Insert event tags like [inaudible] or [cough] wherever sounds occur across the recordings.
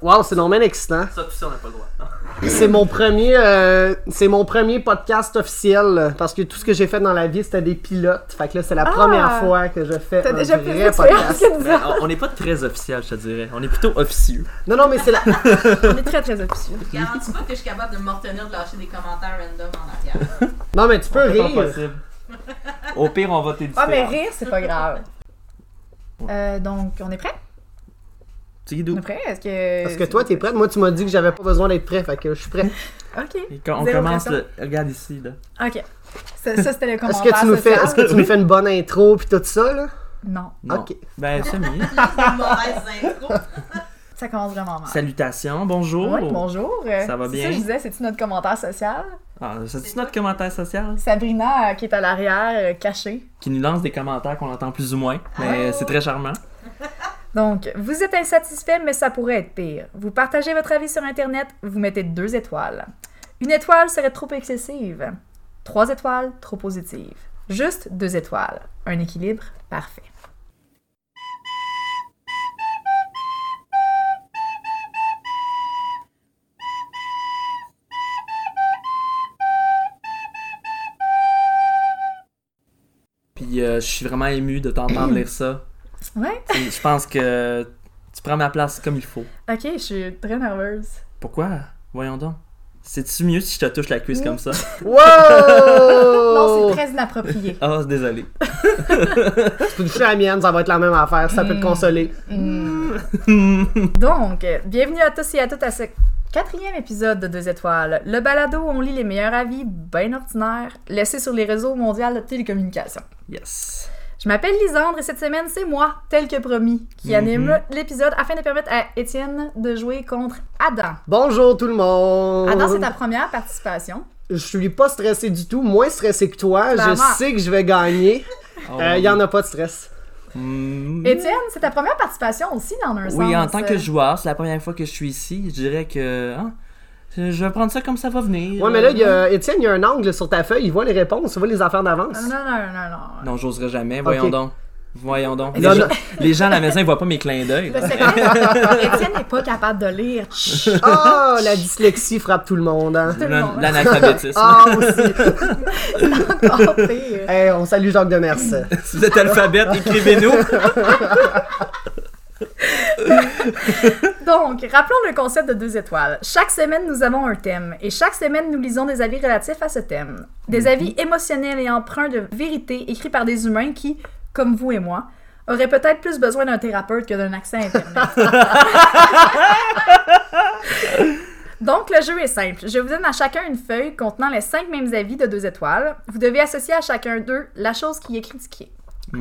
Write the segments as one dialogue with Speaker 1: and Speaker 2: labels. Speaker 1: Wow, c'est non excitant.
Speaker 2: Ça, tout ça, on n'a pas le droit.
Speaker 1: C'est mon premier, euh, c'est mon premier podcast officiel là, parce que tout ce que j'ai fait dans la vie c'était des pilotes. Fait que là c'est la
Speaker 3: Ah!
Speaker 1: première fois que je fais
Speaker 3: T'as
Speaker 1: un
Speaker 3: déjà plus
Speaker 1: vrai
Speaker 3: d'expérience
Speaker 1: podcast.
Speaker 3: que nous
Speaker 2: Ben,
Speaker 3: autres.
Speaker 2: on- on n'est pas très officiel, je te dirais. On est plutôt officieux.
Speaker 1: Non non mais c'est la.
Speaker 3: On est très très officieux.
Speaker 4: Je garantis pas que je suis capable de me retenir de lâcher des commentaires random en arrière.
Speaker 1: Non mais tu peux
Speaker 2: C'est pas
Speaker 1: rire. [laughs]
Speaker 2: possible. Au pire, on va t'éditer.
Speaker 3: Ah, mais rire, c'est pas grave. Euh, donc, on est prêt?
Speaker 2: Petit
Speaker 3: On
Speaker 2: guidou.
Speaker 3: est prêt? Est-ce que.
Speaker 1: Parce que toi t'es prête. Moi tu m'as dit que j'avais pas besoin d'être prêt. Fait que je suis prêt.
Speaker 3: Ok.
Speaker 2: Et quand on
Speaker 3: Zéro
Speaker 2: commence,
Speaker 3: pression.
Speaker 2: le- regarde ici, là.
Speaker 3: Ok. Ça, ça, c'était le
Speaker 1: Est-ce
Speaker 3: commentaire.
Speaker 1: que tu nous fais,
Speaker 3: social.
Speaker 1: est-ce que tu nous fais une bonne intro puis tout ça là?
Speaker 3: Non.
Speaker 2: Non.
Speaker 3: [laughs]
Speaker 1: Ok.
Speaker 2: Ben, c'est mieux.
Speaker 4: Une mauvaise intro.
Speaker 3: Ça commence vraiment mal.
Speaker 2: Salutations, bonjour.
Speaker 3: Ouais, bonjour.
Speaker 2: Ça va
Speaker 3: C'est
Speaker 2: bien?
Speaker 3: Ça, je disais, c'est-tu notre commentaire social?
Speaker 2: Ah, C'est-tu notre commentaire social
Speaker 3: Sabrina, euh, qui est à l'arrière, euh, cachée.
Speaker 2: qui nous lance des commentaires qu'on entend plus ou moins?
Speaker 3: Ah.
Speaker 2: Mais c'est très charmant.
Speaker 3: Donc, vous êtes insatisfait, mais ça pourrait être pire. Vous partagez votre avis sur Internet, vous mettez deux étoiles. Une étoile serait trop excessive. Trois étoiles, trop positive. Juste deux étoiles. Un équilibre parfait.
Speaker 2: Puis euh, je suis vraiment ému de t'entendre lire
Speaker 3: [clears throat]
Speaker 2: ça.
Speaker 3: Ouais,
Speaker 2: Et Je pense que tu prends ma place comme il faut.
Speaker 3: ok, je suis très nerveuse.
Speaker 2: Pourquoi Voyons donc. C'est-tu mieux si je te touche la cuisse comme ça
Speaker 3: Non,
Speaker 1: Wow!
Speaker 3: c'est très inapproprié. [laughs]
Speaker 2: Ah, désolé.
Speaker 1: tu peux toucher la mienne, ça va être la même affaire. Ça peut te
Speaker 3: Mm.
Speaker 1: consoler.
Speaker 3: Mm. Donc, euh, bienvenue à tous et à toutes à ce quatrième épisode de Deux Étoiles, le balado où on lit les meilleurs avis, bien ordinaires, laissés sur les réseaux mondiaux de télécommunication.
Speaker 2: Yes.
Speaker 3: Je m'appelle Lisandre et cette semaine, c'est moi, tel que promis, qui
Speaker 2: Mhm.
Speaker 3: anime l'épisode afin de permettre à Étienne de jouer contre Adam.
Speaker 1: Bonjour tout le monde.
Speaker 3: Adam, Ah, c'est ta première participation.
Speaker 1: Je suis pas stressé du tout, moins stressé que toi. Je
Speaker 3: Clairement.
Speaker 1: sais que je vais gagner.
Speaker 2: Oh.
Speaker 1: Il Euh, y en a pas de stress.
Speaker 2: Mm.
Speaker 3: Étienne, c'est ta première participation aussi, dans un sens. euh,
Speaker 2: Oui, en tant que joueur, c'est la première fois que je suis ici. Je dirais que. hein, je je vais prendre ça comme ça va venir.
Speaker 1: Ouais, mais là, il y a... Étienne, il y a un angle sur ta feuille, il voit les réponses, il voit les affaires d'avance.
Speaker 3: Non, non, non, non, non.
Speaker 2: Non, j'oserais jamais. Voyons
Speaker 1: Ok.
Speaker 2: donc. Voyons donc. Les,
Speaker 1: Non,
Speaker 2: gens,
Speaker 1: non.
Speaker 2: les gens à la maison, ils voient pas mes clins d'œil.
Speaker 3: Le secret, Étienne n'est pas capable de
Speaker 2: [laughs]
Speaker 3: lire.
Speaker 1: [laughs]
Speaker 3: Chut,
Speaker 1: Ah, la dyslexie frappe tout le monde. hein.
Speaker 3: tout le
Speaker 2: L'an-
Speaker 3: monde.
Speaker 2: L'analphabétisme.
Speaker 1: Ah, aussi.
Speaker 3: encore oh, pire.
Speaker 1: Hey, on salue Jacques Demers.
Speaker 2: Si vous êtes alphabète,
Speaker 1: [laughs]
Speaker 2: écrivez-nous.
Speaker 3: Donc, rappelons le concept de deux étoiles. Chaque semaine, nous avons un thème et chaque semaine, nous lisons des avis relatifs à ce thème. Des avis émotionnels et empreints de vérité écrits par des humains qui, comme vous et moi, auraient peut-être plus besoin d'un thérapeute que d'un accès à Internet. Donc, le jeu est simple. Je vous donne à chacun une feuille contenant les cinq mêmes avis de deux étoiles. Vous devez associer à chacun d'eux la chose qui est critiquée.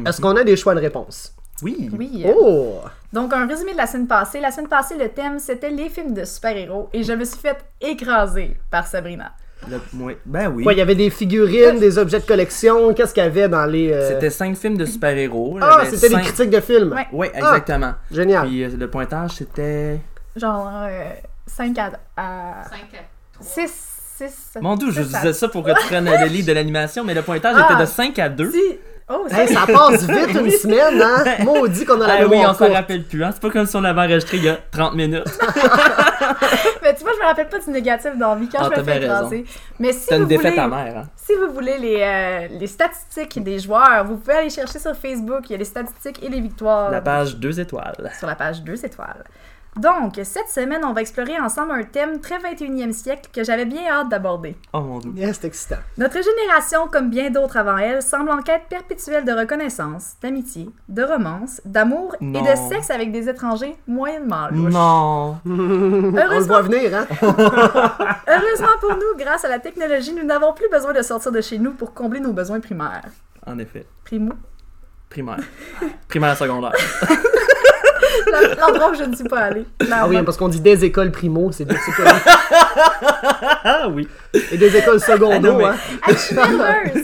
Speaker 1: Est-ce qu'on a des choix de réponses?
Speaker 2: Oui.
Speaker 3: Oui. euh,
Speaker 1: Oh!
Speaker 3: Donc, un résumé de la semaine passée. La semaine passée, le thème, c'était les films de super-héros et je me suis fait écraser par Sabrina.
Speaker 2: Le- ouais, Ben oui.
Speaker 1: Ouais, il y avait des figurines, des objets de collection, qu'est-ce qu'il y avait dans les... euh,
Speaker 2: C'était cinq films de super-héros.
Speaker 1: Ah, c'était des critiques Ah. de films!
Speaker 3: Ouais.
Speaker 2: Oui, exactement.
Speaker 1: Génial!
Speaker 2: Puis euh, le pointage, c'était.
Speaker 3: Genre, 5 à, à...
Speaker 4: 5 à
Speaker 3: 6, 6...
Speaker 2: Mon dieu, je vous disais ça pour que tu prennes le lead de l'animation, mais le pointage
Speaker 3: Ah.
Speaker 2: était de 5 à 2.
Speaker 3: Oh, c'est
Speaker 1: Hey, ça passe vite
Speaker 2: [laughs]
Speaker 1: une semaine, hein? Maudit qu'on a la
Speaker 2: Ah oui, on
Speaker 1: mémoire
Speaker 2: s'en
Speaker 1: courte.
Speaker 2: rappelle plus. Hein? C'est pas comme si on l'avait enregistré il y a 30 minutes. [laughs]
Speaker 3: Mais tu vois, je me rappelle pas du négatif d'envie quand
Speaker 2: Ah,
Speaker 3: je
Speaker 2: t'as
Speaker 3: me fais
Speaker 2: bien raison.
Speaker 3: écraser. Mais si
Speaker 2: T'as
Speaker 3: vous,
Speaker 2: une défaite
Speaker 3: voulez,
Speaker 2: amère. Hein?
Speaker 3: si vous voulez les, euh, les statistiques des joueurs, vous pouvez aller chercher sur Facebook. Il y a les statistiques et les victoires.
Speaker 2: La page 2 étoiles.
Speaker 3: sur la page 2 étoiles. Donc, cette semaine, on va explorer ensemble un thème très 21e siècle que j'avais bien hâte d'aborder.
Speaker 2: Oh mon dieu.
Speaker 1: Yeah, c'est excitant.
Speaker 3: Notre génération, comme bien d'autres avant elle, semble en quête perpétuelle de reconnaissance, d'amitié, de romance, d'amour et
Speaker 2: Non.
Speaker 3: de sexe avec des étrangers moyennement louches.
Speaker 2: Non.
Speaker 1: On le [laughs] voit
Speaker 3: Heureusement,
Speaker 1: venir,
Speaker 2: [laughs]
Speaker 1: hein?
Speaker 3: heureusement pour nous, grâce à la technologie, nous n'avons plus besoin de sortir de chez nous pour combler nos besoins primaires.
Speaker 2: En effet.
Speaker 3: Primo,
Speaker 2: [laughs] Primaire. Primaire secondaire.
Speaker 3: la- [laughs] l'endroit où je ne suis pas allée.
Speaker 1: Ah oui,
Speaker 3: clairement.
Speaker 1: parce qu'on dit des écoles primo, c'est des écoles...
Speaker 2: Ah oui.
Speaker 1: Et des écoles secondaires,
Speaker 2: Ah non, mais-
Speaker 1: hein?
Speaker 3: Ah, je suis nerveuse!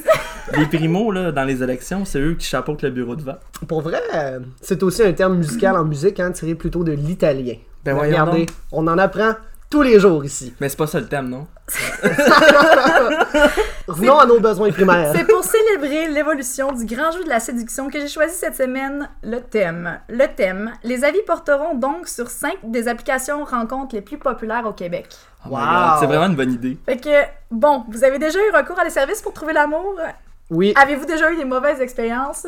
Speaker 2: Les primos, là, dans les élections, c'est eux qui chapeautent le bureau de vote.
Speaker 1: Pour vrai, euh, c'est aussi un terme musical en musique, hein, tiré plutôt de l'italien. Mais
Speaker 2: Ben voyons
Speaker 1: Regardez,
Speaker 2: donc.
Speaker 1: on en apprend tous les jours ici.
Speaker 2: Mais c'est pas ça le thème, non?
Speaker 1: Revenons à nos besoins primaires.
Speaker 3: C'est pour célébrer l'évolution du grand jeu de la séduction que j'ai choisi cette semaine, le thème. Le thème, les avis porteront donc sur cinq des applications rencontres les plus populaires au Québec.
Speaker 2: Oh my
Speaker 1: Wow.
Speaker 2: God, C'est vraiment une bonne idée.
Speaker 3: Fait que, bon, vous avez déjà eu recours à des services pour trouver l'amour?
Speaker 1: Oui,
Speaker 3: Avez-vous déjà eu des mauvaises expériences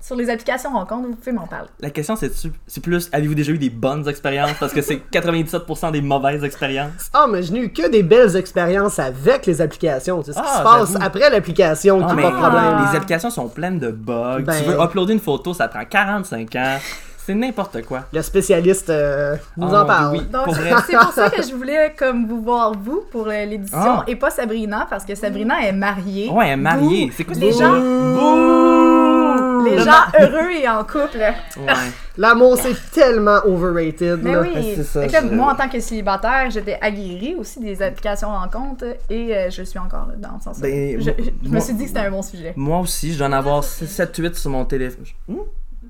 Speaker 3: sur les applications rencontres? Vous pouvez m'en parler.
Speaker 2: La question, c'est c'est plus, avez-vous déjà eu des bonnes expériences? Parce que [laughs] c'est 97% des mauvaises expériences.
Speaker 1: Ah, mais je n'ai eu que des belles expériences avec les applications. C'est ce qui
Speaker 2: Ah,
Speaker 1: se passe
Speaker 2: j'avoue.
Speaker 1: après l'application
Speaker 2: Ah,
Speaker 1: qui
Speaker 2: mais
Speaker 1: pas de problème.
Speaker 2: Les applications sont pleines de bugs.
Speaker 1: Ben-
Speaker 2: Tu veux uploader une photo, ça prend 45 ans. C'est n'importe quoi.
Speaker 1: Le spécialiste euh, nous
Speaker 2: Oh,
Speaker 1: en parle.
Speaker 2: oui.
Speaker 3: Donc,
Speaker 2: Pour vrai.
Speaker 3: c'est pour ça que je voulais comme vous voir vous pour euh, l'édition
Speaker 2: Ah.
Speaker 3: et pas Sabrina parce que Sabrina est mariée.
Speaker 2: Ouais, elle est mariée.
Speaker 3: Bouh.
Speaker 2: C'est quoi ce
Speaker 3: les
Speaker 2: bouh?
Speaker 3: gens,
Speaker 1: Bouh!
Speaker 3: les
Speaker 1: Le
Speaker 3: gens
Speaker 2: [laughs]
Speaker 3: heureux et en couple.
Speaker 2: Ouais.
Speaker 1: L'amour, c'est tellement overrated.
Speaker 3: Mais
Speaker 1: là.
Speaker 3: oui,
Speaker 2: c'est ça,
Speaker 3: Fait que là,
Speaker 2: je-
Speaker 3: moi en tant que célibataire, j'étais aguerrie aussi des applications en compte et euh, je suis encore dans le sens.
Speaker 2: Ben,
Speaker 3: je,
Speaker 2: moi-
Speaker 3: je me
Speaker 2: moi-
Speaker 3: suis dit que c'était un bon sujet.
Speaker 2: Moi aussi, je dois en avoir 7-8 sur mon téléphone. Hmm?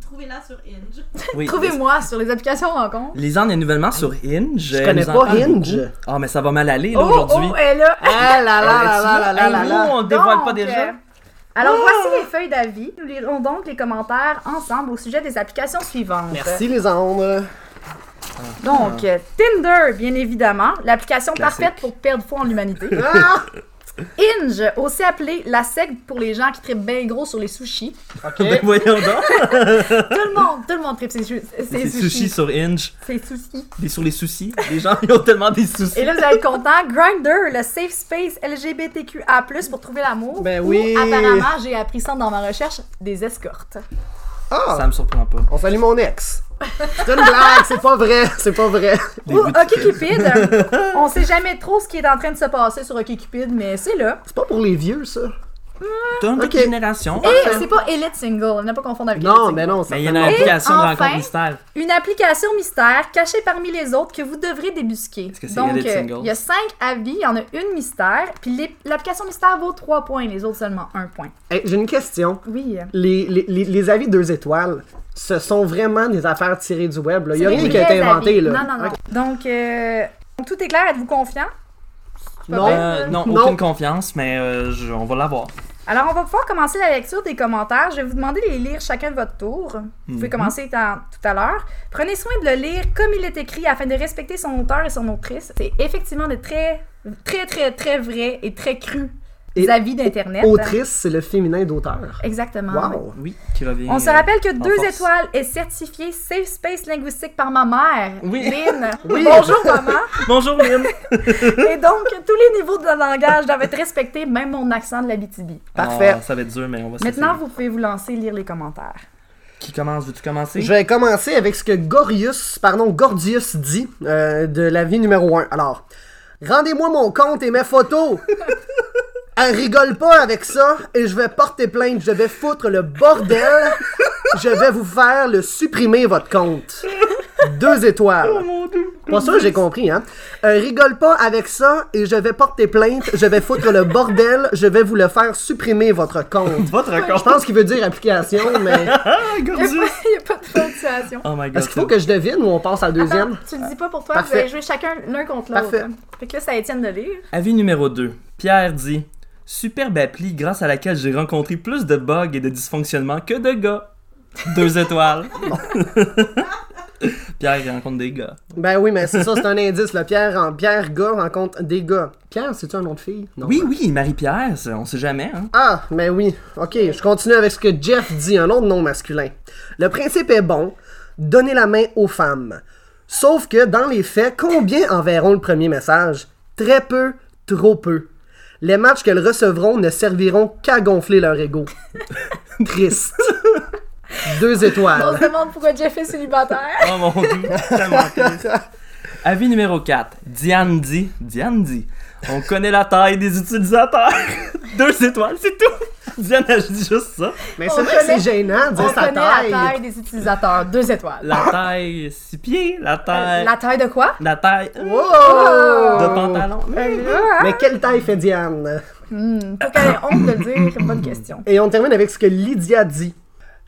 Speaker 4: Trouvez-la sur Inge.
Speaker 2: Oui.
Speaker 3: Trouvez-moi sur les applications en compte.
Speaker 2: Les gens, il y a nouvellement sur Hinge.
Speaker 1: Je connais pas Hinge.
Speaker 2: Ah, mais ça va mal aller là,
Speaker 3: Oh,
Speaker 2: aujourd'hui.
Speaker 3: oh, elle là.
Speaker 1: Ah là là là là là là là là.
Speaker 2: Nous, on dévoile pas
Speaker 3: Donc,
Speaker 2: déjà.
Speaker 3: euh, alors voici les feuilles d'avis. Nous lirons donc les commentaires ensemble au sujet des applications suivantes.
Speaker 1: Merci Ah. les ondes.
Speaker 3: Donc euh, Tinder, bien évidemment, l'application
Speaker 2: Classique.
Speaker 3: parfaite pour perdre foi en l'humanité.
Speaker 1: Ah!
Speaker 3: [laughs] Inge, aussi appelée la secte pour les gens qui trippent bien gros sur les sushis.
Speaker 2: Ben,
Speaker 1: Ok.
Speaker 2: [laughs] voyons donc.
Speaker 3: Tout le monde, tout le monde trippe ses, su- ses
Speaker 2: Des sushis
Speaker 3: sushis.
Speaker 2: sur Hinge.
Speaker 3: Ses sushis.
Speaker 2: Des sur les soucis. Les gens, ils ont tellement des soucis.
Speaker 3: Et là, vous allez être content. Grindr, le safe space LGBTQA+, pour trouver l'amour.
Speaker 1: Ben
Speaker 3: Ou,
Speaker 1: oui.
Speaker 3: apparemment, j'ai appris ça dans ma recherche, des escortes.
Speaker 1: Ah!
Speaker 2: Ça me surprend pas.
Speaker 1: On salue mon ex. C'est une blague, c'est pas vrai, c'est pas vrai.
Speaker 2: Des
Speaker 3: Ou
Speaker 2: bouts de-
Speaker 3: OkCupid. On sait jamais trop ce qui est en train de se passer sur OkCupid, mais c'est là.
Speaker 1: C'est pas pour les vieux ça.
Speaker 2: T'as une autre
Speaker 1: Ok.
Speaker 2: génération.
Speaker 3: Et c'est pas Elite Single, ne pas confondre avec Elite
Speaker 1: Non,
Speaker 3: Single.
Speaker 1: mais non, ça
Speaker 2: Mais il y a une application de rencontre
Speaker 3: enfin-
Speaker 2: mystère.
Speaker 3: Une application mystère cachée parmi les autres que vous devrez débusquer.
Speaker 2: que c'est
Speaker 3: Donc,
Speaker 2: Elite
Speaker 3: euh,
Speaker 2: Single?
Speaker 3: il y a cinq avis, il y en a une mystère, puis les- l'application mystère vaut trois points, les autres seulement un point.
Speaker 1: Hey, J'ai une question.
Speaker 3: Oui. euh,
Speaker 1: Les, les, les, les avis deux étoiles, ce sont vraiment des affaires tirées du web. Là. Il y a
Speaker 3: c'est
Speaker 1: rien
Speaker 3: des
Speaker 1: qui a été
Speaker 3: vrais
Speaker 1: inventé.
Speaker 3: avis.
Speaker 1: Là.
Speaker 3: Non, non, non. Donc, euh, donc, tout est clair, êtes-vous confiant?
Speaker 1: Non.
Speaker 3: Pas vrai?
Speaker 2: Euh, non,
Speaker 1: Non.
Speaker 2: aucune confiance, mais euh, je- on va l'avoir.
Speaker 3: Alors, on va pouvoir commencer la lecture des commentaires. Je vais vous demander de les lire chacun de votre tour. Vous pouvez
Speaker 2: Mhm.
Speaker 3: commencer dans- tout à l'heure. Prenez soin de le lire comme il est écrit afin de respecter son auteur et son autrice. C'est effectivement de très, très, très, très vrai et très cru
Speaker 1: Et
Speaker 3: avis d'Internet.
Speaker 1: Autrice, c'est le féminin d'auteur.
Speaker 3: Exactement. oui.
Speaker 1: Wow!
Speaker 2: Oui, qui revient.
Speaker 3: On se
Speaker 2: euh,
Speaker 3: rappelle que
Speaker 2: en
Speaker 3: deux
Speaker 2: force.
Speaker 3: étoiles est certifié Safe Space linguistique par ma mère.
Speaker 2: Oui.
Speaker 3: Lynn.
Speaker 1: [laughs] Oui.
Speaker 3: Bonjour maman.
Speaker 2: Bonjour, Lynn.
Speaker 3: Et donc, tous les niveaux de langage doivent être respectés, même mon accent de l'Abitibi.
Speaker 1: Parfait.
Speaker 2: Ah, ça va être dur, mais on va s'essayer.
Speaker 3: Maintenant, vous pouvez vous lancer lire les commentaires.
Speaker 2: Qui commence Veux-tu commencer
Speaker 1: Je vais commencer avec ce que Gorius, pardon, Gordius dit euh, de la vie numéro 1. Alors, rendez-moi mon compte et mes photos. Elle rigole pas avec ça et je vais porter plainte. Je vais foutre le bordel. Je vais vous faire le supprimer votre compte. Deux étoiles. Pas sûr, j'ai compris, hein. Euh, rigole pas avec ça et je vais porter plainte. Je vais foutre le bordel. Je vais vous le faire supprimer votre compte.
Speaker 2: Votre
Speaker 1: Je
Speaker 2: compte.
Speaker 1: pense qu'il veut dire application, mais.
Speaker 2: Ah,
Speaker 3: Il n'y
Speaker 2: Gordius.
Speaker 3: a, pas de ponctuation.
Speaker 2: Oh my god.
Speaker 1: Est-ce qu'il faut que je devine ou on passe à la [laughs] deuxième?
Speaker 3: Attends, tu le dis pas pour toi,
Speaker 1: Parfait.
Speaker 3: vous allez jouer chacun l'un contre l'autre.
Speaker 1: Parfait.
Speaker 3: Fait que là, c'est à Étienne de lire.
Speaker 2: Avis numéro 2. Pierre dit Superbe appli grâce à laquelle j'ai rencontré plus de bugs et de dysfonctionnements que de gars. Deux étoiles. [laughs] Pierre il rencontre des gars.
Speaker 1: Ben oui, mais c'est ça, c'est un [laughs] indice. Là. Pierre, en, Pierre gars rencontre des gars. Pierre, c'est-tu un nom de fille? Non.
Speaker 2: Oui, oui, Marie-Pierre, ça, on sait jamais. Hein?
Speaker 1: Ah, mais oui. Ok, je continue avec ce que Jeff dit, un autre nom masculin. Le principe est bon, donner la main aux femmes. Sauf que, dans les faits, combien enverront le premier message? Très peu, trop peu. Les matchs qu'elles recevront ne serviront qu'à gonfler leur [laughs] ego. Triste. Deux
Speaker 3: On
Speaker 1: étoiles.
Speaker 3: se demande pourquoi Jeff est célibataire.
Speaker 2: Oh mon [laughs] dieu, tellement triste. Avis numéro 4. Diane dit Diane dit On connaît la taille des utilisateurs. [laughs] Deux étoiles, c'est tout. Diane, elle dit juste ça.
Speaker 1: Mais
Speaker 3: On
Speaker 1: c'est vrai que
Speaker 3: connaît-
Speaker 1: c'est gênant de
Speaker 3: On
Speaker 1: dire sa
Speaker 3: connaît
Speaker 1: taille.
Speaker 3: la taille des utilisateurs. Deux étoiles.
Speaker 2: La taille 6 pieds, Euh, la taille.
Speaker 3: La taille de quoi?
Speaker 2: La taille. euh,
Speaker 1: Wow!
Speaker 2: De pantalon.
Speaker 1: Oh!
Speaker 2: Ben
Speaker 1: Mais quelle taille fait Diane?
Speaker 3: Hmm, Pour qu'elle ait honte de le dire, bonne question.
Speaker 1: Et on termine avec ce que Lydia dit.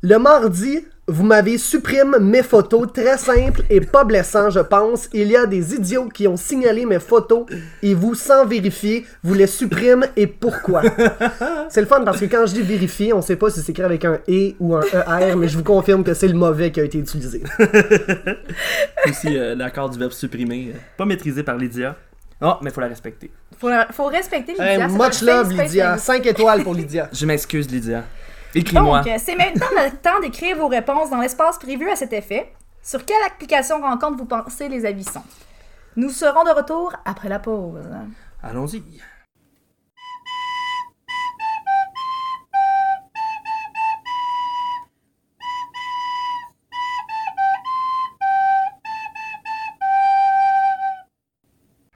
Speaker 1: Le mardi, Vous m'avez supprime mes photos, très simple et pas blessant, je pense. Il y a des idiots qui ont signalé mes photos et vous, sans vérifier, vous les supprime et pourquoi. [laughs] C'est le fun parce que quand je dis vérifier, on sait pas si c'est écrit avec un E ou un ER, mais je vous confirme que c'est le mauvais qui a été [laughs] utilisé.
Speaker 2: Aussi, euh, l'accord du verbe supprimer, euh, pas maîtrisé par Lydia. Oh, mais faut la respecter.
Speaker 3: Faut, faut respecter Lydia.
Speaker 1: Hey,
Speaker 3: c'est
Speaker 1: much
Speaker 3: un safe
Speaker 1: love,
Speaker 3: space
Speaker 1: Lydia.
Speaker 3: pour
Speaker 1: 5 étoiles pour Lydia.
Speaker 2: Je m'excuse, Lydia.
Speaker 3: Donc,
Speaker 2: Écris-moi.
Speaker 3: euh, c'est maintenant le temps d'écrire vos réponses dans l'espace prévu à cet effet. Sur quelle application rencontre vous pensez les avis sont? Nous serons de retour après la pause.
Speaker 2: Allons-y.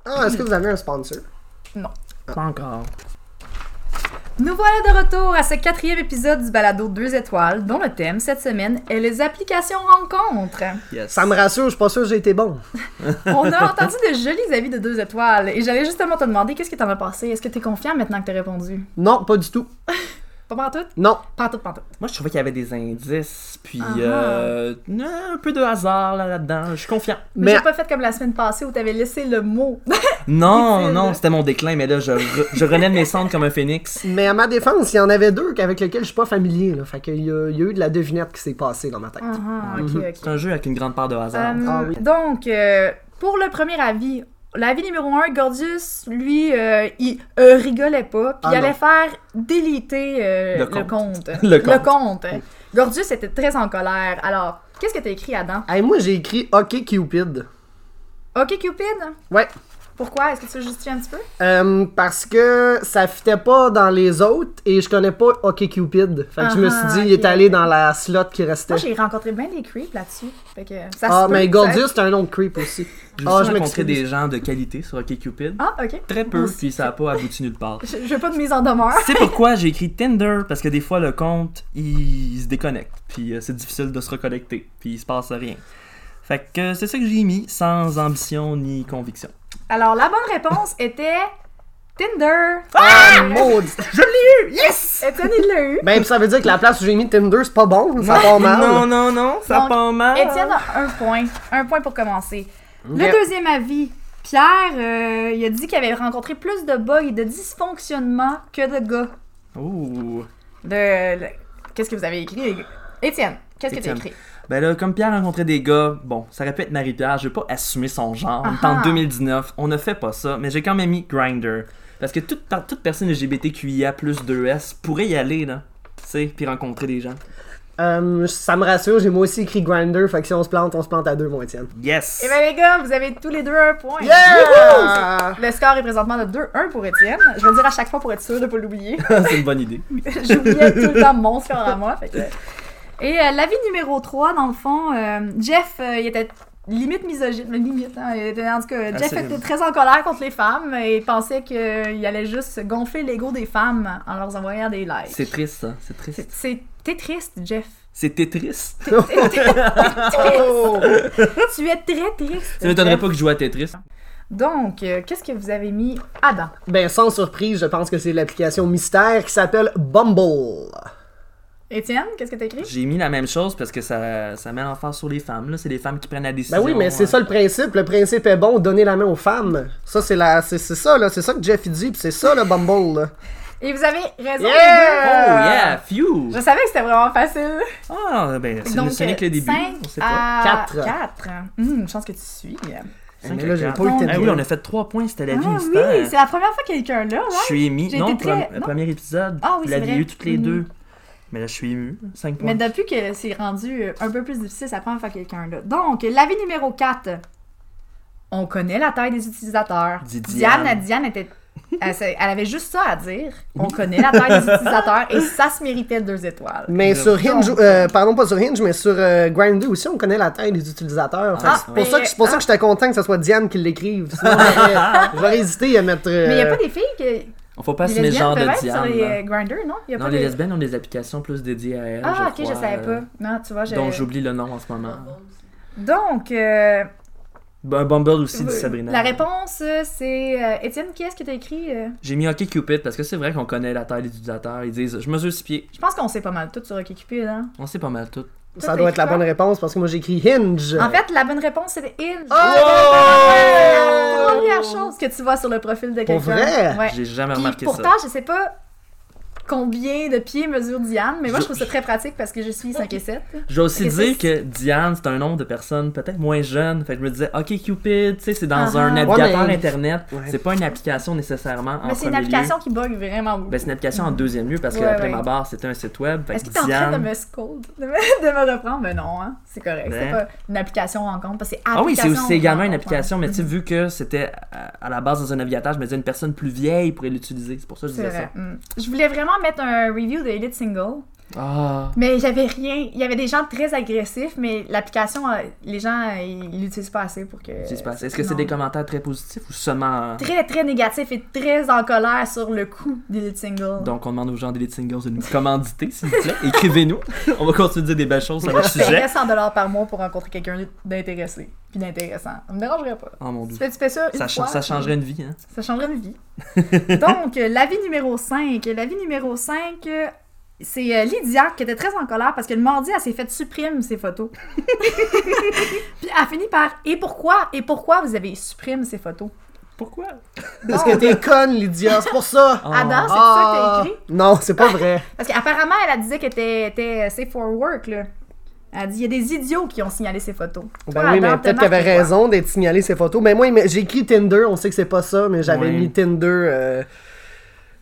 Speaker 1: Ah, est-ce que vous avez un sponsor?
Speaker 3: Non.
Speaker 2: Pas encore.
Speaker 3: Nous voilà de retour à ce quatrième épisode du balado 2 étoiles, dont le thème cette semaine est les applications rencontres.
Speaker 2: Yes.
Speaker 1: Ça me rassure, je suis pas sûr que j'ai été bon.
Speaker 3: On a entendu de jolis avis de 2 étoiles et j'allais justement te demander qu'est-ce que t'en as passé. Est-ce que t'es confiant maintenant que t'as répondu?
Speaker 1: Non, pas du tout.
Speaker 3: Pas pantoute?
Speaker 1: Non.
Speaker 3: Pantoute, pantoute.
Speaker 2: Moi, je trouvais qu'il y avait des indices, puis
Speaker 3: Ah.
Speaker 2: euh, euh, un peu de hasard là- là-dedans. je suis confiant.
Speaker 3: Mais,
Speaker 1: Mais-
Speaker 3: j'ai pas fait comme la semaine passée où t'avais laissé le mot.
Speaker 2: Non,
Speaker 3: Utile.
Speaker 2: non, c'était mon déclin, mais là, je, re- je renais de mes cendres comme un phénix.
Speaker 1: Mais à ma défense, il y en avait deux avec lesquels je suis pas familier. Là. Fait qu'il y, a- il y a eu de la devinette qui s'est passée dans ma tête.
Speaker 3: Ah, ok, ok.
Speaker 2: C'est un jeu avec une grande part de hasard.
Speaker 3: Euh,
Speaker 1: Ah oui.
Speaker 3: Donc, euh, pour le premier avis, l'avis numéro 1, Gordius, lui, euh, il euh, rigolait pas, puis
Speaker 1: Ah
Speaker 3: il allait
Speaker 1: non.
Speaker 3: faire déliter euh,
Speaker 2: Le
Speaker 3: le,
Speaker 2: compte.
Speaker 1: [laughs]
Speaker 3: compte.
Speaker 2: Le compte.
Speaker 3: compte. Gordius était très en colère. Alors, qu'est-ce que t'as écrit, Adam?
Speaker 1: Hey, moi, j'ai écrit OK Cupid.
Speaker 3: Ok, Cupid?
Speaker 1: Ouais.
Speaker 3: Pourquoi? Est-ce que tu veux justifier un petit peu?
Speaker 1: Euh, parce que ça fitait pas dans les autres et je connais pas OK Cupid. Fait que je me
Speaker 3: Ah,
Speaker 1: suis dit,
Speaker 3: ah,
Speaker 1: il est
Speaker 3: ok.
Speaker 1: allé dans la slot qui restait.
Speaker 3: Moi, j'ai rencontré bien des creeps là-dessus. Fait que ça se
Speaker 1: Ah,
Speaker 3: peut,
Speaker 1: mais
Speaker 3: ça.
Speaker 1: Gordius, c'est un nom de creep aussi.
Speaker 2: J'ai
Speaker 1: Ah,
Speaker 2: aussi
Speaker 1: je
Speaker 2: rencontré
Speaker 1: m'excuse.
Speaker 2: des gens de qualité sur OkCupid.
Speaker 3: Ah, ok.
Speaker 2: Très peu,
Speaker 3: Aussi.
Speaker 2: puis ça n'a pas abouti nulle part.
Speaker 3: Je, je veux pas de mise en demeure.
Speaker 1: [laughs]
Speaker 2: C'est pourquoi j'ai écrit Tinder, parce que des fois, le compte, il, il se déconnecte, puis euh, c'est difficile de se reconnecter, puis il se passe rien. Fait que euh, c'est ça que j'ai mis, sans ambition ni conviction.
Speaker 3: Alors, la bonne réponse était Tinder.
Speaker 1: Ah, maudit!
Speaker 2: Yes!
Speaker 3: Étienne, il l'a eu.
Speaker 1: Ben, pis ça veut dire que la place où j'ai mis Tinder, c'est pas bon, ça part mal.
Speaker 2: Non, non, non, ça
Speaker 3: Donc,
Speaker 2: part mal.
Speaker 3: Étienne a un point. Un point pour commencer. Le
Speaker 1: Yep.
Speaker 3: deuxième avis. Pierre, euh, il a dit qu'il avait rencontré plus de bugs et de dysfonctionnements que de gars.
Speaker 2: Ouh.
Speaker 3: Le- le- Qu'est-ce que vous avez écrit, les gars? Étienne, qu'est-ce que tu as
Speaker 2: Étienne.
Speaker 3: écrit?
Speaker 2: Ben là, comme Pierre rencontrait des gars, bon, ça aurait pu être Marie-Pierre, je vais pas assumer son genre. On est en
Speaker 3: Ah ah.
Speaker 2: 2019, on ne fait pas ça, mais j'ai quand même mis Grinder. Parce que toute, par- toute personne LGBTQIA plus 2S pourrait y aller, là. Tu sais, puis rencontrer des gens.
Speaker 1: Euh, ça me rassure, j'ai moi aussi écrit Grinder, fait que si on se plante, on se plante à deux, moi, Étienne.
Speaker 2: Yes!
Speaker 3: Eh bien, les gars, vous avez tous les deux un point.
Speaker 1: Yeah!
Speaker 3: Le score est présentement de 2-1 pour Étienne. Je vais le dire à chaque fois pour être sûr de ne pas l'oublier.
Speaker 2: Ah, C'est une bonne idée.
Speaker 3: [laughs] J'oubliais tout le temps mon score à moi. fait que- Et euh, l'avis numéro 3, dans le fond, euh, Jeff, euh, il était limite misogyne, mais limite. hein, il était, en tout cas, Jeff
Speaker 2: c'est-
Speaker 3: était très en colère contre les femmes et pensait qu'il allait juste gonfler l'ego des femmes en leur envoyant des likes.
Speaker 2: C'est triste, ça. C'est
Speaker 3: C'est-
Speaker 2: triste.
Speaker 3: c'est- T'es triste, Jeff.
Speaker 2: C'était triste.
Speaker 1: Oh!
Speaker 3: tu es très triste.
Speaker 2: Ça m'étonnerait
Speaker 3: Jeff.
Speaker 2: pas que je joue à Tetris.
Speaker 3: Donc, euh, qu'est-ce que vous avez mis Adam?
Speaker 1: Ben, sans surprise, je pense que c'est l'application mystère qui s'appelle Bumble.
Speaker 3: Étienne, qu'est-ce que t'as écrit?
Speaker 2: J'ai mis la même chose parce que ça, ça met l'emphase sur les femmes, là. C'est les femmes qui prennent la décision. hein.
Speaker 1: Ben oui, mais c'est ça le principe. Le principe est bon, donner la main aux femmes. Ça, c'est la, c'est, c'est ça, là. C'est ça que Jeff il dit, pis c'est ça, le Bumble, là.
Speaker 3: Et vous avez raison.
Speaker 1: Yeah!
Speaker 3: les
Speaker 2: Oh,
Speaker 3: deux.
Speaker 2: yeah! Phew!
Speaker 1: Ah!
Speaker 3: Je savais que c'était vraiment facile.
Speaker 2: Ah, ben, c'est- ce n'est que
Speaker 3: euh,
Speaker 2: le début. on sait pas.
Speaker 1: Quatre.
Speaker 3: 4. Hum, je pense que tu suis.
Speaker 1: Eh, mais là, j'ai pas eu
Speaker 3: Non.
Speaker 1: le temps.
Speaker 2: Ah oui, on a fait trois points, c'était la vie
Speaker 3: Ah
Speaker 2: mystère.
Speaker 3: oui, c'est la première fois que quelqu'un là,
Speaker 2: Je
Speaker 3: ouais.
Speaker 2: suis ému.
Speaker 3: J'ai
Speaker 2: Non,
Speaker 3: été très-
Speaker 2: pre-
Speaker 3: non.
Speaker 2: premier épisode.
Speaker 3: Ah oui,
Speaker 2: vous
Speaker 3: c'est
Speaker 2: l'aviez
Speaker 3: vrai.
Speaker 2: eu toutes les
Speaker 3: Mhm.
Speaker 2: deux. Mais là, je suis ému. 5 points.
Speaker 3: Mais depuis que c'est rendu euh, un peu plus difficile, c'est la première fois que quelqu'un là. Donc, l'avis numéro 4. On connaît la taille des utilisateurs.
Speaker 2: Dis
Speaker 3: Diane,
Speaker 2: Diane.
Speaker 3: Diane était. Elle, s'est- elle avait juste ça à dire. On connaît la taille des utilisateurs et ça se méritait deux étoiles.
Speaker 1: Mais
Speaker 2: Je-
Speaker 1: sur Hinge,
Speaker 3: Donc.
Speaker 1: euh, pardon, pas sur Hinge, mais sur euh, Grindr aussi, on connaît la taille des utilisateurs. Fait que
Speaker 3: Ah,
Speaker 1: c'est pour, ça
Speaker 3: mais-
Speaker 1: que, c'est pour ça que j'étais content que ce soit Diane qui l'écrive. Sinon,
Speaker 3: [laughs]
Speaker 1: j'aurais- j'aurais hésité à mettre. euh,
Speaker 3: Mais il n'y a pas des filles qui. Les
Speaker 2: On faut pas assumer le
Speaker 3: lesbiennes
Speaker 2: genre
Speaker 3: peuvent
Speaker 2: de
Speaker 3: être sur
Speaker 2: Diane.
Speaker 3: les
Speaker 2: là.
Speaker 3: euh, Grindr, non? Il Y a
Speaker 2: Non,
Speaker 3: pas
Speaker 2: les
Speaker 3: de-
Speaker 2: lesbiennes ont des applications plus dédiées à elles.
Speaker 3: Ah, ok,
Speaker 2: crois,
Speaker 3: je savais
Speaker 2: euh,
Speaker 3: pas. Non, tu vois, je.
Speaker 2: Dont j'oublie le nom en ce moment.
Speaker 3: Donc, euh,
Speaker 2: Ben, Bumble aussi, dit
Speaker 3: euh,
Speaker 2: Sabrina.
Speaker 3: la réponse, euh, c'est. euh, Étienne, qui est-ce que t'as écrit? euh?
Speaker 2: J'ai mis OK Cupid parce que c'est vrai qu'on connaît la taille des utilisateurs. Ils disent Je mesure 6 pieds.
Speaker 3: Je pense qu'on sait pas mal tout sur OkCupid, hein?
Speaker 2: On sait pas mal tout.
Speaker 1: euh, Ça doit être la bonne réponse parce que moi j'écris hinge.
Speaker 3: En fait, la bonne réponse, c'est Hinge.
Speaker 1: Oh!
Speaker 3: la première chose que tu vois sur le profil de quelqu'un.
Speaker 1: Pour vrai?
Speaker 3: Ouais.
Speaker 2: J'ai jamais
Speaker 3: Puis
Speaker 2: remarqué
Speaker 3: pourtant,
Speaker 2: ça.
Speaker 3: je sais pas combien de pieds mesure Diane, mais moi,
Speaker 2: Je-
Speaker 3: je trouve ça très pratique parce que je suis 5 et 7.
Speaker 2: Je vais aussi
Speaker 3: Ok, ça,
Speaker 2: dire que Diane, c'est un nom de personne peut-être moins jeune. Fait que je me disais, OK Cupid, tu sais, c'est dans
Speaker 3: Ah.
Speaker 2: un navigateur
Speaker 1: Ouais, mais-
Speaker 2: internet.
Speaker 1: Ouais.
Speaker 2: C'est pas une application nécessairement en
Speaker 3: Mais c'est une
Speaker 2: premier
Speaker 3: application qui bug vraiment
Speaker 2: lieu.
Speaker 3: beaucoup.
Speaker 2: Ben, c'est une application en deuxième lieu parce que
Speaker 3: Ouais,
Speaker 2: après
Speaker 3: ouais.
Speaker 2: ma barre, c'était un site web. Fait
Speaker 3: Est-ce que
Speaker 2: que
Speaker 3: t'es en train de
Speaker 2: Diane.
Speaker 3: me scold, de me, [laughs] de me reprendre? Mais non, hein, c'est correct. C'est
Speaker 2: Ben.
Speaker 3: pas une application rencontre parce que c'est
Speaker 2: Ah oui, c'est
Speaker 3: application
Speaker 2: aussi également une
Speaker 3: rencontre,
Speaker 2: application,
Speaker 3: hein.
Speaker 2: mais tu sais, vu que c'était à à la base dans un navigateur, je me disais une personne plus vieille pourrait l'utiliser. C'est pour ça que je
Speaker 3: C'est
Speaker 2: disais
Speaker 3: vrai.
Speaker 2: ça.
Speaker 3: Mm. Je voulais vraiment mettre un review de Elite Single,
Speaker 2: Ah,
Speaker 3: mais j'avais rien. Il y avait des gens très agressifs, mais l'application, euh, les gens, euh, ils l'utilisent pas assez pour que.
Speaker 2: qu'est-ce qui se passe? Est-ce que c'est
Speaker 3: Non.
Speaker 2: des commentaires très positifs ou seulement. euh,
Speaker 3: Très, très négatif et très en colère sur le coût d'Elite Single.
Speaker 2: euh, Donc, on demande aux gens d'Elite Singles de nous commanditer, s'il vous plaît. Écrivez-nous. [laughs] On va continuer de dire des belles choses sur le
Speaker 3: je
Speaker 2: sujet.
Speaker 3: paierais 100$ par mois pour rencontrer quelqu'un d'intéressé, puis d'intéressant. Ça me dérangerait pas.
Speaker 2: Oh mon
Speaker 3: Tu
Speaker 2: dieu.
Speaker 3: fais, tu fais ça une
Speaker 2: Ça, cha-
Speaker 3: fois,
Speaker 2: ça changerait une vie, hein.
Speaker 3: Ça changerait une vie.
Speaker 1: [laughs]
Speaker 3: Donc, euh, l'avis numéro 5. L'avis numéro 5, euh, c'est euh, Lydia qui était très en colère parce que le mardi, elle s'est fait supprimer
Speaker 1: [laughs]
Speaker 3: ses photos. Puis elle finit par Et pourquoi Et pourquoi vous avez supprimé ces photos
Speaker 2: Pourquoi?
Speaker 1: Parce que t'es conne, Lydia, c'est pour ça. Ah.
Speaker 2: Oh.
Speaker 3: Adam, Ah, c'est ça que t'as écrit
Speaker 1: Non, c'est pas vrai.
Speaker 3: Parce qu'apparemment, elle, elle disait qu'elle était, était safe for work, là. Elle dit Il y a des idiots qui ont signalé ces photos.
Speaker 1: Ben oui,
Speaker 3: Adam,
Speaker 1: mais
Speaker 3: te
Speaker 1: peut-être qu'il avait
Speaker 3: marque quoi?
Speaker 1: raison d'être signalé ces photos. Mais moi, mais j'ai écrit Tinder, on sait que c'est pas ça, mais j'avais
Speaker 2: Ouais.
Speaker 1: mis Tinder. euh,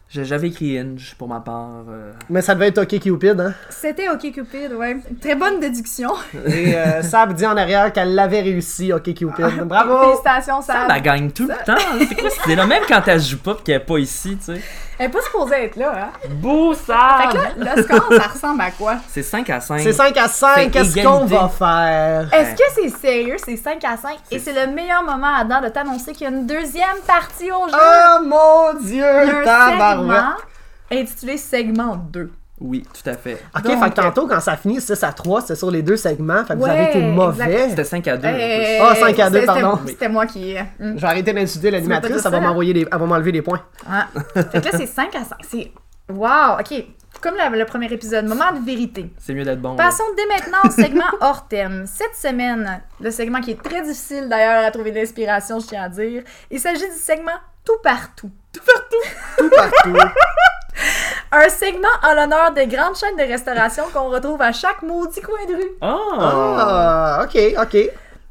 Speaker 2: Je- J'avais écrit Hinge pour ma part. euh.
Speaker 1: Mais ça devait être OK Cupid, hein.
Speaker 3: C'était OK Cupid, ouais. Très bonne déduction.
Speaker 1: Et
Speaker 3: [laughs]
Speaker 1: euh, Sab dit en arrière qu'elle l'avait réussi, OK Cupid. Bravo!
Speaker 3: Ah, Félicitations, Sam.
Speaker 2: Ça, la gagne tout le temps. hein. C'est quoi cette idée-là? Même quand elle joue pas pis qu'elle est pas ici, tu sais.
Speaker 3: Elle est pas supposée être là, hein.
Speaker 2: Bouh,
Speaker 3: Fait
Speaker 2: ça!
Speaker 3: que là, le score, ça ressemble à quoi?
Speaker 2: C'est 5 à 5.
Speaker 1: C'est 5 à 5,
Speaker 2: C'est
Speaker 1: qu'est-ce qu'on
Speaker 2: égalité.
Speaker 1: va faire?
Speaker 3: [laughs] Est-ce que c'est sérieux? C'est 5 à 5 et
Speaker 2: C'est-
Speaker 3: c'est le meilleur moment, Adam, de t'annoncer qu'il y a une deuxième partie au jeu.
Speaker 1: Oh mon
Speaker 3: Il y
Speaker 1: dieu,
Speaker 3: a un
Speaker 1: tabarouette!
Speaker 3: segment intitulé Segment 2.
Speaker 2: Oui, tout à fait.
Speaker 1: Ok,
Speaker 3: Donc, euh,
Speaker 1: fait que tantôt, quand ça finit 6 à 3, c'était sur les deux segments, fait que vous
Speaker 3: Ouais,
Speaker 1: avez été mauvais.
Speaker 2: C'était 5 à 2.
Speaker 3: Hey,
Speaker 1: Ah, cinq à deux,
Speaker 3: Euh, c'était-
Speaker 1: pardon.
Speaker 3: c'était- C'était moi qui. euh, mm.
Speaker 1: Je vais arrêter d'insulter
Speaker 3: Tu m'as
Speaker 1: l'animatrice,
Speaker 3: pas
Speaker 1: elle
Speaker 3: dit
Speaker 1: va
Speaker 3: ça,
Speaker 1: m'envoyer des... elle va m'enlever des points.
Speaker 3: Ah. [laughs] fait que là, c'est 5 à 5. C'est. Waouh! OK. Comme la- le premier épisode, moment de vérité.
Speaker 2: C'est mieux d'être bon. là.
Speaker 3: Passons dès maintenant au [laughs] segment hors thème. Cette semaine, le segment qui est très difficile d'ailleurs à trouver de l'inspiration, je tiens à dire, il s'agit du segment Tout partout.
Speaker 1: Tout partout.
Speaker 3: Un segment en l'honneur des grandes chaînes de restauration qu'on retrouve à chaque maudit coin de rue.
Speaker 2: Ah!
Speaker 1: Ah, ok, ok.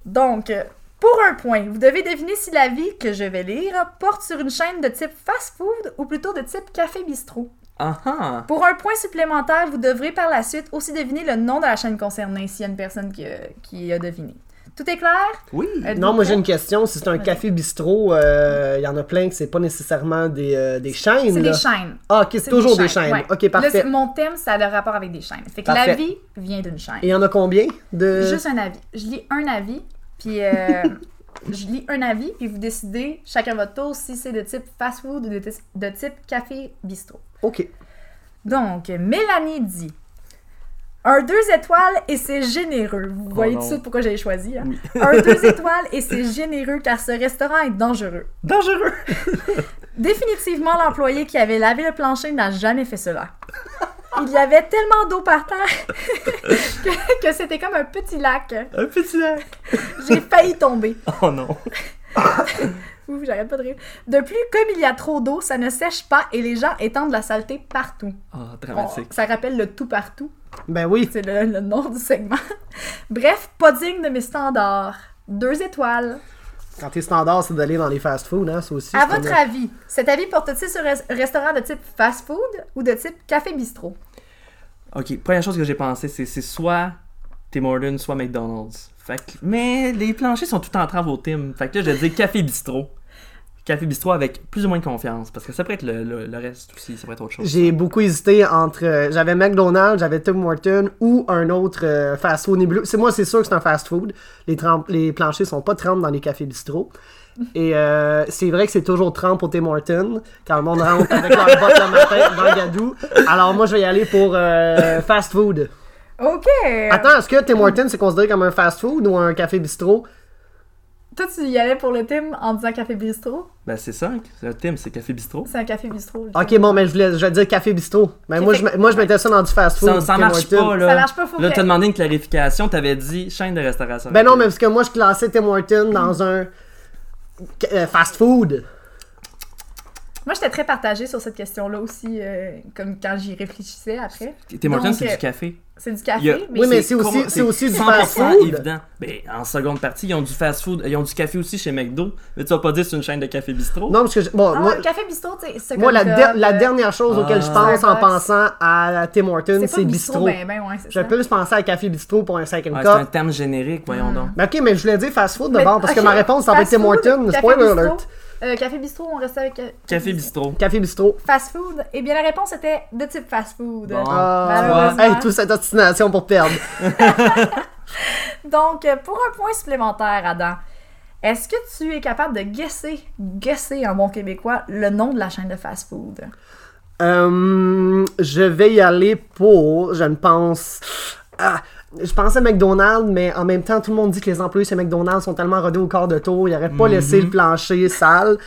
Speaker 3: Donc, euh, pour un point, vous devez deviner si la vie que je vais lire porte sur une chaîne de type fast-food ou plutôt de type café-bistrot.
Speaker 2: Ah ah!
Speaker 3: Pour un point supplémentaire, vous devrez par la suite aussi deviner le nom de la chaîne concernée s'il y a une personne qui, euh, qui a deviné. Tout est clair? Euh,
Speaker 2: Oui!
Speaker 3: Êtes-vous
Speaker 1: Non, moi j'ai
Speaker 3: prêts?
Speaker 1: une question. Si c'est un
Speaker 3: Vas-y.
Speaker 1: café bistrot, euh, il y en a plein que c'est pas nécessairement des, euh, des chaînes.
Speaker 3: C'est
Speaker 1: là.
Speaker 3: des chaînes.
Speaker 1: Ah, ok, c'est
Speaker 3: C'est
Speaker 1: toujours des chaînes.
Speaker 3: ouais.
Speaker 1: Ok,
Speaker 3: Là, c'est-
Speaker 1: parfait.
Speaker 3: mon thème, ça a le rapport avec des chaînes. Fait que
Speaker 1: Parfait.
Speaker 3: la vie vient d'une chaîne.
Speaker 1: Et il y en a combien de.
Speaker 2: Euh,
Speaker 3: Juste un avis. Je lis un avis, puis
Speaker 2: [laughs]
Speaker 3: euh, je lis un avis, puis vous décidez chacun votre tour si c'est de type fast-food ou de, tis- de type café bistrot.
Speaker 1: Ok.
Speaker 3: Donc, Mélanie dit un deux étoiles et c'est généreux. Vous
Speaker 2: Oh
Speaker 3: voyez
Speaker 2: non.
Speaker 3: tout de suite pourquoi j'ai choisi. hein?
Speaker 2: Oui.
Speaker 3: [laughs]
Speaker 2: [laughs]
Speaker 3: un deux étoiles et c'est généreux car ce restaurant est dangereux.
Speaker 2: Dangereux!
Speaker 3: Définitivement, l'employé qui avait lavé le plancher n'a jamais fait cela. Il y avait tellement d'eau par terre [laughs] que- que c'était comme un petit lac.
Speaker 2: Un petit lac!
Speaker 3: J'ai failli tomber.
Speaker 2: Oh non!
Speaker 3: Ouh, j'arrête pas de rire. De plus, comme il y a trop d'eau, ça ne sèche pas et les gens étendent la saleté partout.
Speaker 2: Ah,
Speaker 3: On-
Speaker 2: dramatique.
Speaker 3: ça rappelle le tout partout.
Speaker 1: Ben oui.
Speaker 3: C'est le, le nom du segment. [laughs] Bref, pas digne de mes standards. Deux étoiles.
Speaker 1: Quand t'es standard, c'est d'aller dans les fast-food, hein, ça aussi.
Speaker 3: À
Speaker 1: c'est
Speaker 3: votre
Speaker 1: un-
Speaker 3: avis, cet avis porte-t-il sur un res- restaurant de type fast-food ou de type café-bistrot?
Speaker 2: Ok, première chose que j'ai pensé, c'est c'est soit Tim Hortons, soit McDonald's. Fait que, mais les planchers sont tout en travaux au Tim. Fait que là, je vais dire café bistrot. Café bistrot avec plus ou moins de confiance, parce que ça pourrait être le, le- le reste aussi, ça pourrait être autre chose.
Speaker 1: J'ai beaucoup hésité entre. euh, j'avais McDonald's, j'avais Tim Hortons ou un autre euh, fast-food nébuleux. C'est moi, c'est sûr que c'est un fast-food. Les, trempes- les planchers sont pas trempes dans les cafés bistrots. Et euh, c'est vrai que c'est toujours trempe pour Tim Hortons quand le monde rentre avec leur botte le matin [laughs] dans le gadou. Alors moi, je vais y aller pour euh, fast-food.
Speaker 3: OK!
Speaker 1: Attends, est-ce que Tim Hortons c'est considéré comme un fast-food ou un café bistrot
Speaker 3: Toi, tu y allais pour le thème en disant café bistrot.
Speaker 2: Ben, c'est ça, c'est un thème, c'est Café Bistrot.
Speaker 3: C'est un café bistrot. le
Speaker 1: Ok,
Speaker 3: thème.
Speaker 1: bon, mais je voulais, je vais dire café bistrot. Mais
Speaker 3: Café-
Speaker 1: moi, je, mets- moi, je mettais ça dans du fast food.
Speaker 2: Ça, ça
Speaker 1: Tim
Speaker 2: marche
Speaker 1: Hortons.
Speaker 2: pas, là.
Speaker 3: Ça marche pas, faut
Speaker 2: Là,
Speaker 3: que-
Speaker 2: t'as demandé une clarification, t'avais dit chaîne de restauration.
Speaker 1: Ben non, mais parce que moi, je classais Tim Hortons dans un euh, fast food.
Speaker 3: Moi, j'étais très partagée sur cette question-là aussi, euh, comme quand j'y réfléchissais après.
Speaker 2: Tim Hortons,
Speaker 3: Donc,
Speaker 2: c'est
Speaker 3: euh,
Speaker 2: du café.
Speaker 3: C'est du
Speaker 2: Il y a-
Speaker 3: café, mais
Speaker 1: Oui, mais
Speaker 3: c'est-
Speaker 1: c'est aussi,
Speaker 2: con-
Speaker 1: c'est aussi du
Speaker 2: 100%
Speaker 1: fast food.
Speaker 2: évident. Ben, en seconde partie, ils ont du fast food, ils ont du café aussi chez McDo. Mais tu vas pas dire c'est une chaîne de café bistrot.
Speaker 1: Non, parce que je- bon,
Speaker 3: Ah,
Speaker 1: moi,
Speaker 3: le café bistrot, tu sais, c'est
Speaker 1: moi,
Speaker 3: comme
Speaker 1: la,
Speaker 3: ça,
Speaker 1: der- la
Speaker 3: euh,
Speaker 1: dernière chose auquel
Speaker 2: Ah.
Speaker 1: je pense en
Speaker 3: Starbucks.
Speaker 1: pensant à Tim Hortons,
Speaker 3: C'est pas
Speaker 1: c'est bistrot.
Speaker 3: Ben, ben, ouais, c'est
Speaker 1: Je
Speaker 3: ça.
Speaker 1: vais plus penser à café bistrot pour un second
Speaker 2: Ouais, c'est un
Speaker 1: cup.
Speaker 2: terme générique, voyons donc.
Speaker 3: Ah.
Speaker 1: Mais ok, mais je voulais dire fast food de
Speaker 3: Mais-
Speaker 1: bord parce que
Speaker 3: ok,
Speaker 1: ma réponse, ça va être
Speaker 3: fast
Speaker 1: Tim
Speaker 3: food,
Speaker 1: Hortons.
Speaker 3: café
Speaker 1: Spoiler
Speaker 3: bistrot.
Speaker 1: alert.
Speaker 3: Euh, café bistrot, on restait avec ca-
Speaker 2: Café bistrot.
Speaker 1: Café bistrot.
Speaker 3: Fast food. Eh bien, la réponse était de type fast food.
Speaker 2: Bon.
Speaker 1: Ah,
Speaker 3: Malheureusement.
Speaker 1: hey, toute cette obstination pour perdre.
Speaker 3: Donc, euh, pour un point supplémentaire, Adam, est-ce que tu es capable de guesser, guesser en bon québécois, le nom de la chaîne de fast food?
Speaker 1: Euh, je vais y aller pour, je ne pense. Ah, je pensais à McDonald's, mais en même temps, tout le monde dit que les employés chez McDonald's sont tellement rodés au corps de tour, ils n'auraient pas laissé
Speaker 2: Mhm.
Speaker 1: le plancher sale.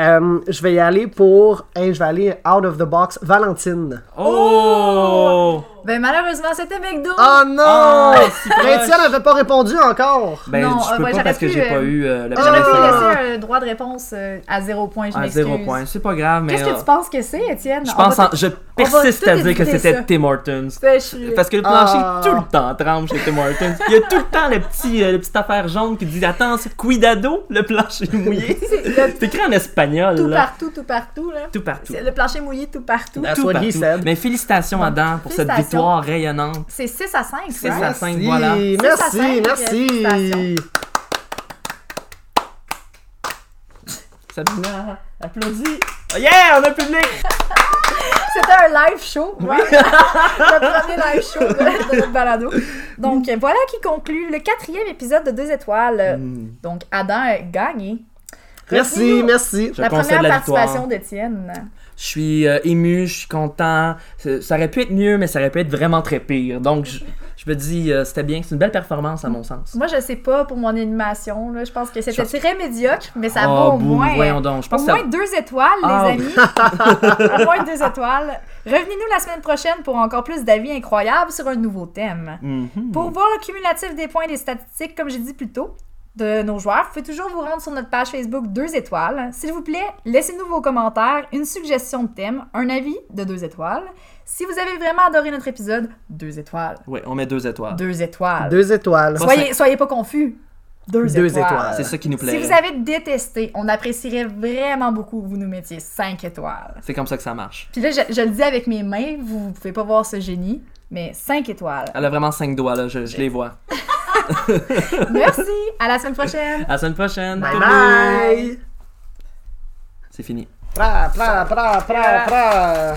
Speaker 1: Euh, je vais y aller pour. hey, je vais aller out of the box, Valentine.
Speaker 2: Oh!
Speaker 3: Ben, malheureusement, c'était McDo.
Speaker 1: Oh non!
Speaker 2: Ah, si
Speaker 1: Mais
Speaker 2: proche.
Speaker 1: Étienne n'avait pas répondu encore!
Speaker 2: Ben,
Speaker 3: Non,
Speaker 2: je
Speaker 3: euh,
Speaker 2: peux pas
Speaker 3: ouais, j'aurais
Speaker 2: parce que
Speaker 3: pu,
Speaker 2: j'ai pas
Speaker 3: euh,
Speaker 2: eu euh, la
Speaker 3: J'aurais
Speaker 2: bonne
Speaker 3: pu
Speaker 2: information.
Speaker 3: laisser un droit de réponse euh, à zéro point, je
Speaker 2: À
Speaker 3: m'excuse.
Speaker 2: zéro point, c'est pas grave, mais.
Speaker 3: Qu'est-ce que
Speaker 2: euh,
Speaker 3: tu penses que c'est, Étienne?
Speaker 2: Je
Speaker 3: On
Speaker 2: pense
Speaker 3: va
Speaker 2: en-
Speaker 3: te-
Speaker 2: je
Speaker 3: on va
Speaker 2: persiste
Speaker 3: tout
Speaker 2: à dire que
Speaker 3: éviter ça.
Speaker 2: c'était Tim Hortons.
Speaker 3: Ben, je-
Speaker 2: Parce que le plancher
Speaker 1: Ah.
Speaker 2: tout le temps tremble chez Tim Hortons. Il y a tout le temps le petit, euh, le petit affaire jaune qui dit Attends, c'est cuidado, le
Speaker 3: [laughs]
Speaker 2: plancher mouillé.
Speaker 3: C'est- il y a
Speaker 2: C'est écrit en espagnol.
Speaker 3: Tout
Speaker 2: là.
Speaker 3: partout, tout partout, là.
Speaker 2: Tout partout.
Speaker 3: C'est Le plancher mouillé, tout partout.
Speaker 1: That's
Speaker 2: Tout
Speaker 1: what he
Speaker 2: partout.
Speaker 1: said.
Speaker 2: Mais félicitations, Adam, pour cette
Speaker 3: Félicitations.
Speaker 2: victoire rayonnante.
Speaker 3: C'est 6 à 5,
Speaker 2: Six
Speaker 3: right?
Speaker 2: à- cinq, voilà.
Speaker 3: Ça, ça
Speaker 1: Merci,
Speaker 3: cinq,
Speaker 1: merci!
Speaker 3: félicitations.
Speaker 2: Sabina, applaudis. Oh yeah, on a un public.
Speaker 3: C'était un live show, ouais. [laughs] le premier live show de, de notre balado. Donc,
Speaker 2: Mm.
Speaker 3: voilà qui conclut le quatrième épisode de Deux Étoiles. Donc, Adam a gagné.
Speaker 1: Merci,
Speaker 3: Retenez-nous.
Speaker 1: merci!
Speaker 2: Je
Speaker 3: la
Speaker 2: concède
Speaker 3: première
Speaker 2: la
Speaker 3: participation
Speaker 2: victoire.
Speaker 3: d'Étienne.
Speaker 2: Je suis euh, ému, je suis content. C'est- Ça aurait pu être mieux, mais ça aurait pu être vraiment très pire. Donc, je, je me dis, euh, c'était bien. C'est une belle performance, à mon sens.
Speaker 3: Moi, je sais pas pour mon animation, là, je pense que c'était
Speaker 2: Je pense-
Speaker 3: très médiocre, mais ça
Speaker 2: Oh,
Speaker 3: vaut au
Speaker 2: bouh,
Speaker 3: moins.
Speaker 2: Voyons donc. Je pense
Speaker 3: au
Speaker 2: que ça-
Speaker 3: moins deux étoiles,
Speaker 2: Ah,
Speaker 3: les amis. au moins deux étoiles. Revenez-nous la semaine prochaine pour encore plus d'avis incroyables sur un nouveau thème.
Speaker 2: Mhm.
Speaker 3: Pour voir le cumulatif des points et des statistiques, comme j'ai dit plus tôt, de nos joueurs, vous pouvez toujours vous rendre sur notre page Facebook 2 étoiles. S'il vous plaît, laissez-nous vos commentaires, une suggestion de thème, un avis de 2 étoiles. Si vous avez vraiment adoré notre épisode, 2 étoiles.
Speaker 2: Ouais, on met deux étoiles.
Speaker 3: 2 étoiles.
Speaker 1: Deux étoiles.
Speaker 3: Soyez, soyez pas confus. 2
Speaker 1: Deux
Speaker 3: étoiles.
Speaker 1: étoiles.
Speaker 2: C'est ça qui nous plaît.
Speaker 3: Si vous avez détesté, on apprécierait vraiment beaucoup que vous nous mettiez 5 étoiles.
Speaker 2: C'est comme ça que ça marche.
Speaker 3: Puis là, je, je le dis avec mes mains, vous pouvez pas voir ce génie, mais
Speaker 2: [laughs]
Speaker 3: 5 étoiles.
Speaker 2: Elle a vraiment cinq doigts, là. Je, je les vois.
Speaker 3: Merci, à la semaine prochaine.
Speaker 2: À la semaine prochaine.
Speaker 1: Bye bye!
Speaker 2: C'est fini.
Speaker 1: Pra, pra, pra, pra, pra!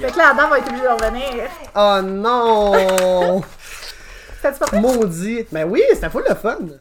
Speaker 3: Fait que là, Adam va être obligé de revenir.
Speaker 1: Oh non! [laughs]
Speaker 3: T'as-tu pas peur?
Speaker 1: Maudit! Ben oui, c'était fou le fun!